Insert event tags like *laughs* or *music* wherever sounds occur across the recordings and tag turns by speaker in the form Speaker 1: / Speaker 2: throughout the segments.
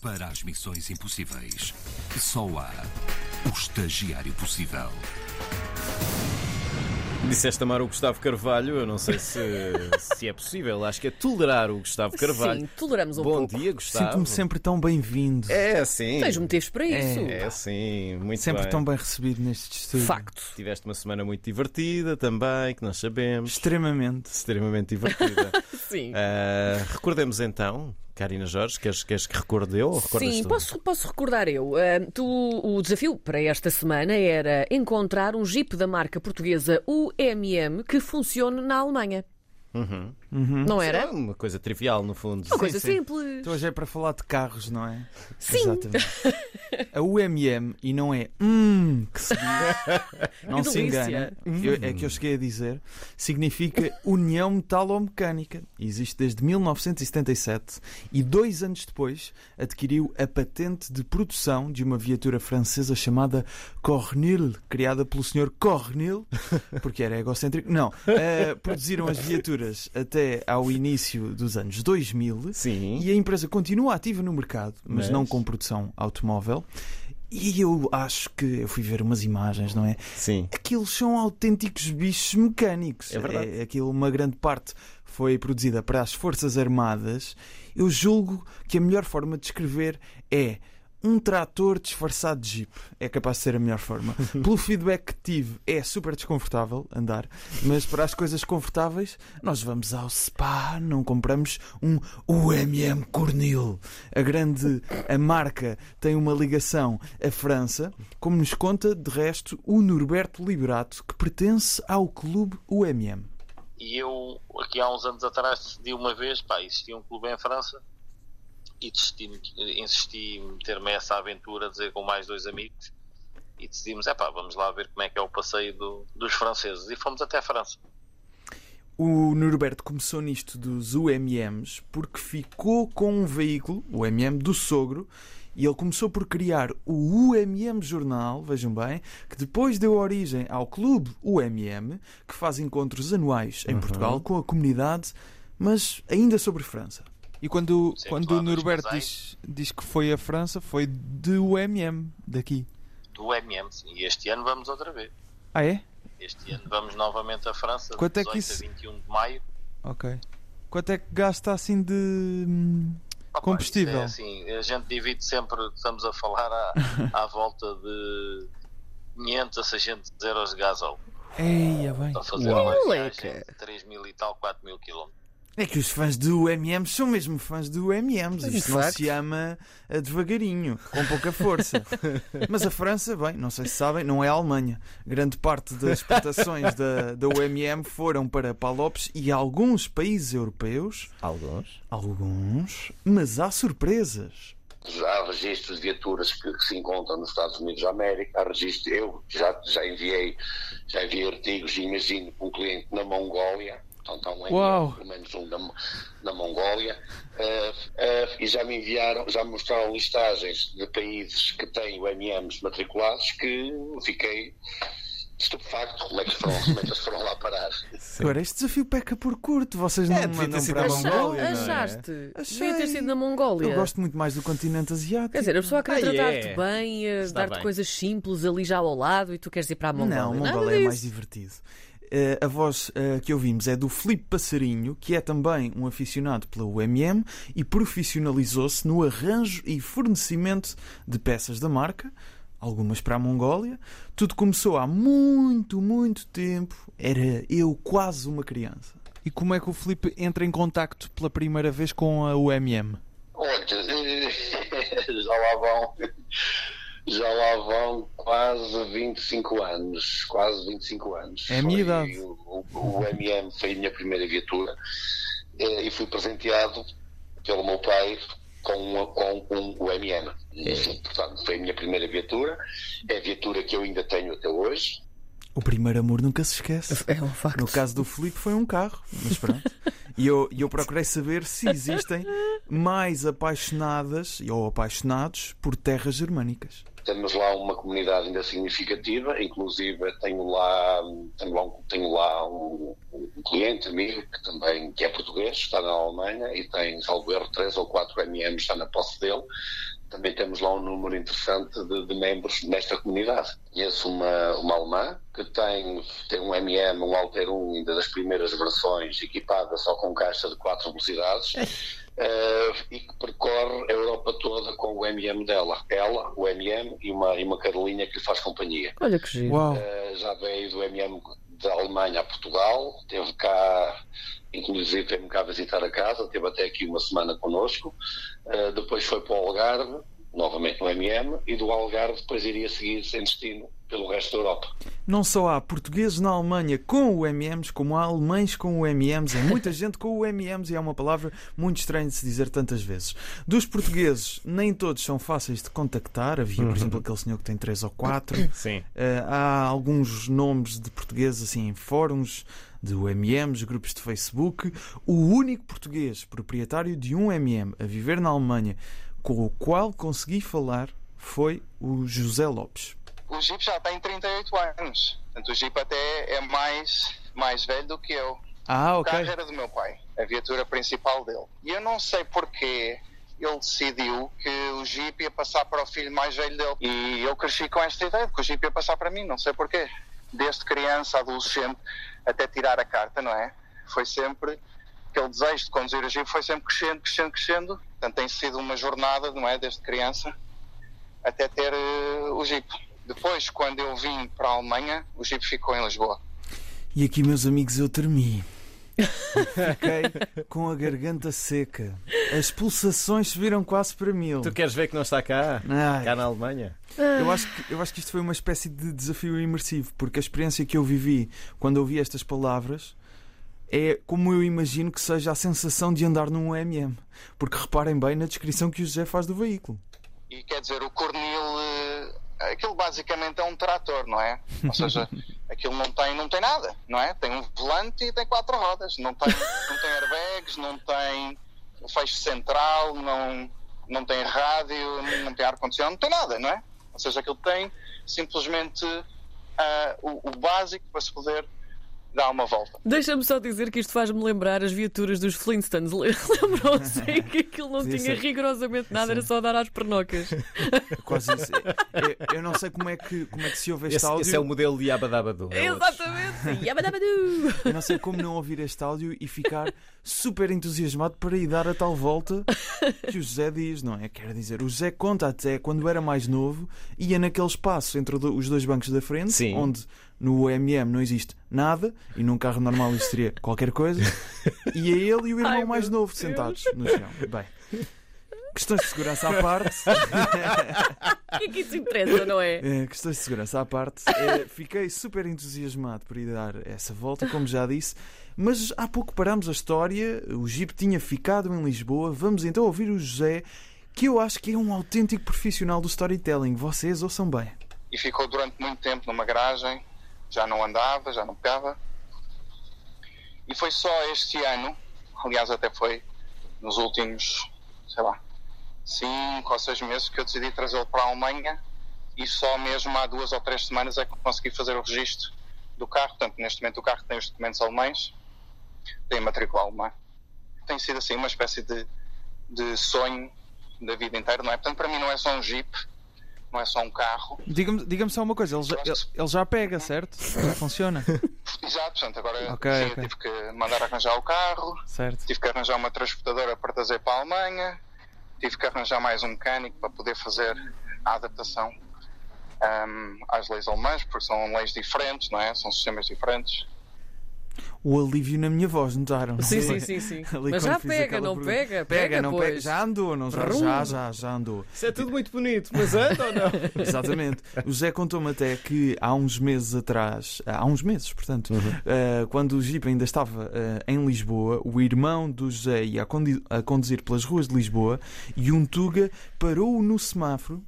Speaker 1: Para as missões impossíveis, só há o estagiário possível.
Speaker 2: Disseste amar o Gustavo Carvalho, eu não sei
Speaker 3: *laughs*
Speaker 2: se, se é possível, acho que é tolerar o Gustavo Carvalho.
Speaker 3: Sim, toleramos um
Speaker 2: Bom
Speaker 3: pouco.
Speaker 2: dia, Gustavo.
Speaker 4: Sinto-me sempre tão bem-vindo,
Speaker 2: É, sim.
Speaker 3: Tens motivos para isso.
Speaker 2: É, sim. Muito
Speaker 4: sempre
Speaker 2: bem.
Speaker 4: tão bem recebido neste estúdio.
Speaker 3: Facto.
Speaker 2: Tiveste uma semana muito divertida também, que nós sabemos.
Speaker 4: Extremamente.
Speaker 2: Extremamente
Speaker 4: *laughs*
Speaker 2: divertida.
Speaker 3: Sim.
Speaker 4: É.
Speaker 2: Ah, recordemos então, Karina Jorge, queres, queres que recorde eu? ou recordas
Speaker 3: Sim,
Speaker 2: tu?
Speaker 3: posso, posso recordar eu. Ah, tu, o desafio para esta semana era encontrar um Jeep da marca portuguesa UMM que funcione na Alemanha.
Speaker 4: Uhum.
Speaker 3: Não
Speaker 2: É
Speaker 3: era?
Speaker 2: uma coisa trivial, no fundo.
Speaker 3: Uma coisa
Speaker 4: sim.
Speaker 3: simples.
Speaker 4: Então hoje é para falar de carros, não é?
Speaker 3: Sim. *laughs*
Speaker 4: Exatamente. A UMM, e não é hum que se
Speaker 3: *laughs*
Speaker 4: diz, não
Speaker 3: Que
Speaker 4: se
Speaker 3: delícia.
Speaker 4: engana, eu- é que eu cheguei a dizer, significa União Metalomecânica. E Existe desde 1977 e dois anos depois adquiriu a patente de produção de uma viatura francesa chamada Cornil, criada pelo Sr.
Speaker 3: *laughs*
Speaker 4: Cornil, porque era egocêntrico. Não, eh, produziram as viaturas até ao início dos anos 2000.
Speaker 2: Sim.
Speaker 4: E a empresa continua ativa no mercado, mas,
Speaker 2: Mas?
Speaker 4: não com produção automóvel. E eu acho que eu fui ver umas imagens, não é?
Speaker 2: Sim.
Speaker 4: Aqueles são autênticos bichos mecânicos.
Speaker 2: É verdade.
Speaker 4: aquilo, uma grande parte foi produzida para as Forças Armadas. Eu julgo que a melhor forma de descrever é um trator disfarçado de jeep. É capaz de ser a melhor forma. Pelo feedback que tive, é super desconfortável andar, mas para as coisas confortáveis, nós vamos ao spa, não compramos um UMM Cornil. A grande a marca tem uma ligação à França, como nos conta de resto o Norberto Liberato, que pertence ao clube UMM.
Speaker 5: E eu, aqui há uns anos atrás, decidi uma vez, pá, existia um clube em França e desisti, insisti em meter-me a essa aventura, dizer com mais dois amigos e decidimos, é pá, vamos lá ver como é que é o passeio do- dos franceses e fomos até a França.
Speaker 4: O Norberto começou nisto dos UMMs porque ficou com um veículo, o UMM do sogro, e ele começou por criar o UMM Jornal, vejam bem, que depois deu origem ao Clube UMM, que faz encontros anuais em Portugal com a comunidade, mas ainda sobre França.
Speaker 6: E quando,
Speaker 5: Sim,
Speaker 6: quando
Speaker 5: claro,
Speaker 6: o
Speaker 5: mas
Speaker 6: Norberto
Speaker 5: desenho.
Speaker 6: diz, diz que foi a França, foi de UMM, daqui.
Speaker 5: Do MM, e este ano vamos outra vez.
Speaker 6: Ah, é?
Speaker 5: Este ano vamos novamente à França,
Speaker 6: Quanto
Speaker 5: de
Speaker 6: é que
Speaker 5: 18
Speaker 6: isso-
Speaker 5: a 21 de maio.
Speaker 6: Ok. Quanto é que gasta assim de. hum,
Speaker 5: Ah, pá,
Speaker 6: Combustível.
Speaker 5: isso é assim, a gente divide sempre, estamos a falar
Speaker 6: *laughs*
Speaker 5: à, à volta de 500 a 600 euros de gasóleo.
Speaker 6: Eia, bem.
Speaker 5: para fazer uma viagem de 3 mil e tal, 4 mil quilómetros.
Speaker 4: É que os fãs do UMMs são mesmo fãs do UMMs.
Speaker 3: De
Speaker 4: Isto não
Speaker 3: facto.
Speaker 4: se ama a devagarinho, com pouca força. Mas a França, bem, não sei se sabem, não é a Alemanha. Grande parte das exportações da, da UMM foram para Palopes e alguns países europeus.
Speaker 2: Alguns.
Speaker 4: Alguns, mas há surpresas.
Speaker 7: há registros de viaturas que, que se encontram nos Estados Unidos da América, há registro, eu já, já enviei, já enviei artigos, imagino, com um cliente na Mongólia, então está um em-
Speaker 6: Uau.
Speaker 7: pelo menos um na, na Mongólia, eh, eh, e já me enviaram, já me mostraram listagens de países que têm UMMs matriculados que fiquei estupefacto como é que foram, como é que eles foram lá parar.
Speaker 4: Agora, este desafio peca por curto. Vocês não
Speaker 2: É, devia ter
Speaker 4: mandam
Speaker 2: sido
Speaker 4: para a
Speaker 2: na Mongólia,
Speaker 4: Mongólia.
Speaker 2: não é?
Speaker 3: Achaste?
Speaker 4: Achei.
Speaker 3: Devia ter sido na Mongólia.
Speaker 4: Eu gosto muito mais do continente asiático.
Speaker 3: Quer dizer, a pessoa quer
Speaker 2: Ah,
Speaker 3: tratar-te
Speaker 2: é.
Speaker 3: bem, eh,
Speaker 2: Está
Speaker 3: dar-te
Speaker 2: bem.
Speaker 3: coisas simples ali já ao lado e tu queres ir para a Mongólia.
Speaker 4: Não, o
Speaker 3: Nada
Speaker 4: Mongólia é mais
Speaker 3: disso.
Speaker 4: divertido. Eh, a voz eh, que ouvimos é do Filipe Passarinho, que é também um aficionado pela UMM e profissionalizou-se no arranjo e fornecimento de peças da marca, algumas para a Mongólia. Tudo começou há muito, muito tempo. Era eu quase uma criança.
Speaker 6: E como é que o Felipe entra em contacto pela primeira vez com a UMM?
Speaker 7: Olha, eh, *laughs* já lá vão, já lá vão quase 25 anos, quase 25 anos.
Speaker 6: É a minha
Speaker 7: Foi
Speaker 6: idade.
Speaker 7: O, o, o MM foi a minha primeira viatura eh, e fui presenteado pelo meu pai com, uma- com um UMM.
Speaker 6: É.
Speaker 7: Portanto, foi a minha primeira viatura, é a viatura que eu ainda tenho até hoje.
Speaker 4: O primeiro amor nunca se esquece.
Speaker 3: É um facto.
Speaker 4: No caso do Filipe foi um carro, mas pronto. E eu, e eu procurei saber se existem mais apaixonadas ou apaixonados por terras germânicas.
Speaker 7: Temos lá uma comunidade ainda significativa, inclusive tenho lá, tenho lá, um- tenho lá um, um cliente amigo que também que é português, está na Alemanha e tem, salvo erro, três ou quatro MM, está na posse dele. também temos lá um número interessante de, de membros nesta comunidade. Conheço uma, uma alemã que tem, tem um MM, um Alter 1, ainda das primeiras versões, equipada só com caixa de 4 velocidades, eh, e que percorre a Europa toda com o MM dela. Ela, o MM e uma, e uma cadelinha que lhe faz companhia.
Speaker 3: Olha que giro.
Speaker 6: Uau!
Speaker 7: Eh, já veio do MM da Alemanha a Portugal, teve cá, inclusive teve cá visitar a casa, teve até aqui uma semana connosco, Eh, depois foi para o Algarve, novamente no MM, e do Algarve depois iria seguir sem destino pelo resto da Europa.
Speaker 4: Não só há portugueses na Alemanha com o MMs, como há alemães com o MMs. Há muita gente com o MMs e é uma palavra muito estranha de se dizer tantas vezes. Dos portugueses, nem todos são fáceis de contactar. Havia, por exemplo, aquele senhor que tem três ou quatro.
Speaker 2: Sim.
Speaker 4: Eh, há alguns nomes de portugueses assim em fóruns de UMMs, grupos de Facebook. O único português proprietário de um MM a viver na Alemanha com o qual consegui falar foi o José Lopes.
Speaker 8: O Jeep já tá tem 38 anos. Portanto, o Jeep até é mais, mais velho do que eu.
Speaker 4: Ah,
Speaker 8: O carro
Speaker 4: ok.
Speaker 8: era do meu pai, a viatura principal dele. E eu não sei porquê ele decidiu que o Jeep ia passar para o filho mais velho dele. E eu cresci com esta ideia de que o Jeep ia passar para mim, não sei porquê. Desde criança, adolescente, até tirar a carta, não é? Foi sempre aquele desejo de conduzir o Jeep, foi sempre crescendo, crescendo, crescendo. Portanto, tem sido uma jornada, não é? Desde criança até ter eh, o Jeep. Depois, quando eu vim para a Alemanha, o Jeep ficou em Lisboa.
Speaker 4: E aqui, meus amigos, eu tremi. Fiquei com a garganta seca. As pulsações subiram quase para mil.
Speaker 2: Tu queres ver que não está cá?
Speaker 4: Ai.
Speaker 2: Cá na Alemanha?
Speaker 4: Eu acho, que, eu acho que isto foi uma espécie de desafio imersivo, porque a experiência que eu vivi quando ouvi estas palavras é como eu imagino que seja a sensação de andar num MM. Porque reparem bem na descrição que o José faz do veículo.
Speaker 8: E quer dizer, o cornil, eh, aquilo basicamente é um trator, não é? Ou seja, aquilo não tem, não tem nada, não é? Tem um volante e tem quatro rodas, não tem, não tem airbags, não tem um fecho central, não, não tem rádio, não tem ar-condicionado, não tem nada, não é? Ou seja, aquilo tem simplesmente ah, o, o básico para se poder dar uma volta.
Speaker 3: Deixa-me só dizer que isto faz-me lembrar as viaturas dos Flintstones. *laughs* Le-
Speaker 4: *laughs*
Speaker 3: Lembram-se que aquilo não
Speaker 4: Podia
Speaker 3: tinha
Speaker 4: ser.
Speaker 3: rigorosamente nada, era só dar às
Speaker 4: *laughs*
Speaker 3: pernocas.
Speaker 4: É Quase isso. É- Eu, não sei como é que, como é que se ouve este
Speaker 2: Esse,
Speaker 4: áudio.
Speaker 2: esse é o modelo de Abadabadu. É outro.
Speaker 4: *laughs*
Speaker 3: Exatamente! Yabadabadu! *laughs*
Speaker 4: Eu não sei como não ouvir este áudio e ficar super entusiasmado para ir dar a tal volta que o José diz, não é? Quer dizer, o José conta até quando era mais novo, ia naquele espaço entre do- os dois bancos da frente,
Speaker 2: Sim.
Speaker 4: onde no MM não existe nada e num carro normal isto seria qualquer coisa, e é ele e o irmão
Speaker 3: Ai, meu
Speaker 4: mais novo
Speaker 3: Deus.
Speaker 4: sentados no chão. Bem. Questões de segurança à parte,
Speaker 3: O que é que isso interessa, não é?
Speaker 4: eh, questões de segurança à parte, eh, fiquei super entusiasmado por ir dar essa volta, como já disse. Mas há pouco parámos a história, o Jeep tinha ficado em Lisboa. Vamos então ouvir o José, que eu acho que é um autêntico profissional do storytelling. Vocês ouçam bem.
Speaker 8: E ficou durante muito tempo numa garagem, já não andava, já não pegava. E foi só este ano, aliás, até foi nos últimos, sei lá, cinco ou seis meses que eu decidi trazê-lo para a Alemanha e só mesmo há duas ou três semanas é que consegui fazer o registro do carro. Portanto, neste momento o carro tem os documentos alemães, tem a matrícula alemã. Tem sido assim uma espécie de, de sonho da vida inteira, não é? Portanto, para mim não é só um Jeep, não é só um carro.
Speaker 6: Diga-me diga só uma coisa, ele já, ele, ele já pega, certo? Já
Speaker 4: *laughs*
Speaker 6: funciona?
Speaker 8: Exato, portanto, agora
Speaker 6: Ok,
Speaker 8: sim,
Speaker 6: ok.
Speaker 8: eu tive que mandar arranjar o carro,
Speaker 6: Certo.
Speaker 8: tive que arranjar uma transportadora para trazer para a Alemanha, tive que arranjar mais um mecânico para poder fazer a adaptação ahm, às leis alemãs, porque são leis diferentes, não é? São sistemas diferentes.
Speaker 4: O alívio na minha voz, notaram?
Speaker 3: Sim, sim, sim, sim.
Speaker 4: Ali
Speaker 3: Mas
Speaker 4: quando
Speaker 3: já
Speaker 4: fiz
Speaker 3: pega,
Speaker 4: aquela
Speaker 3: não
Speaker 4: pergunta.
Speaker 3: pega, pega,
Speaker 4: não
Speaker 3: pois.
Speaker 4: pega. Já andou, não já,
Speaker 3: Rum.
Speaker 4: já, já, já andou.
Speaker 2: Isso é tudo muito bonito, mas anda ou não?
Speaker 4: Exatamente. O Zé contou-me até que há uns meses atrás, há uns meses, portanto, eh, quando o Jeep ainda estava eh, em Lisboa, o irmão do José ia a, condi- a conduzir pelas ruas de Lisboa e um Tuga parou no semáforo.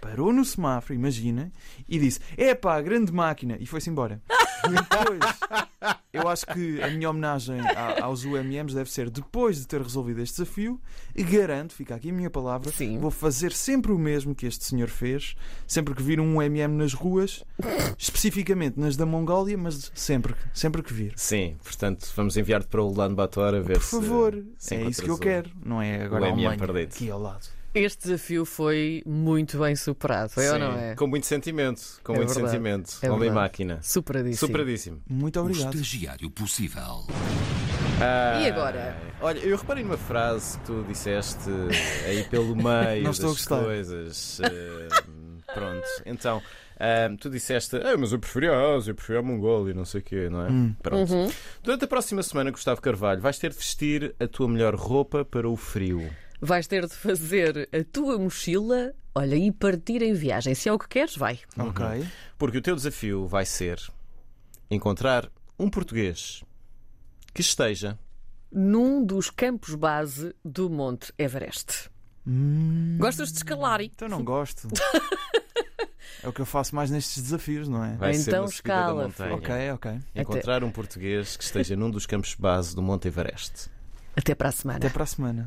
Speaker 4: Parou no semáforo, imagina, e disse: É pá, grande máquina! E foi-se embora. E Depois, eu acho que a minha homenagem a- aos UMMs deve ser depois de ter resolvido este desafio. E garanto, fica aqui a minha palavra,
Speaker 3: Sim.
Speaker 4: vou fazer sempre o mesmo que este senhor fez, sempre que vir um MM nas ruas, especificamente nas da Mongólia, mas sempre, sempre que vir.
Speaker 2: *laughs* Sim, portanto, vamos enviar-te para o Ulan Bator a ver
Speaker 4: Por favor,
Speaker 2: se.
Speaker 4: é isso que eu
Speaker 2: encontras
Speaker 4: quero, não é
Speaker 2: o
Speaker 4: agora a
Speaker 2: MM
Speaker 4: Alemanha,
Speaker 2: perdido.
Speaker 4: aqui ao lado.
Speaker 2: o-
Speaker 3: Este desafio foi muito bem superado, foi ou
Speaker 2: Sim,
Speaker 3: não é?
Speaker 2: Com muito sentimento. Com
Speaker 3: É
Speaker 2: muito
Speaker 3: verdade,
Speaker 2: sentimento.
Speaker 3: é
Speaker 2: Homem
Speaker 3: verdade.
Speaker 2: máquina.
Speaker 3: Superadíssimo.
Speaker 2: Superadíssimo.
Speaker 4: Muito
Speaker 1: O
Speaker 4: obrigado.
Speaker 1: estagiário possível.
Speaker 2: Ah,
Speaker 3: E agora?
Speaker 2: Olha, eu reparei numa frase que tu disseste aí
Speaker 4: *laughs*
Speaker 2: pelo meio
Speaker 4: Não estou a
Speaker 2: das
Speaker 4: gostar.
Speaker 2: coisas. Ah, pronto, então, ah, tu disseste, ah, mas eu preferia a Ásia, eu preferia a Mongólia, não sei o quê, não é?
Speaker 4: Hum.
Speaker 2: Pronto. Durante a próxima semana, Gustavo Carvalho, vais ter de vestir a tua melhor roupa para o frio.
Speaker 3: Vais ter de fazer a tua mochila, olha, e partir em viagem. Se é o que queres, vai.
Speaker 4: Ok.
Speaker 2: Porque o teu desafio vai ser encontrar um português que esteja
Speaker 3: Num dos campos base do Monte Everest. Gostas de escalar? e-
Speaker 4: Então não gosto. é o que eu faço mais nestes desafios, não é?
Speaker 2: vai É. ser
Speaker 3: Então
Speaker 2: na subida da
Speaker 3: escala,
Speaker 2: montanha.
Speaker 4: Ok, ok.
Speaker 2: Encontrar um português que esteja num dos campos base do Monte Everest.
Speaker 3: Até para a semana.
Speaker 4: Até para a semana.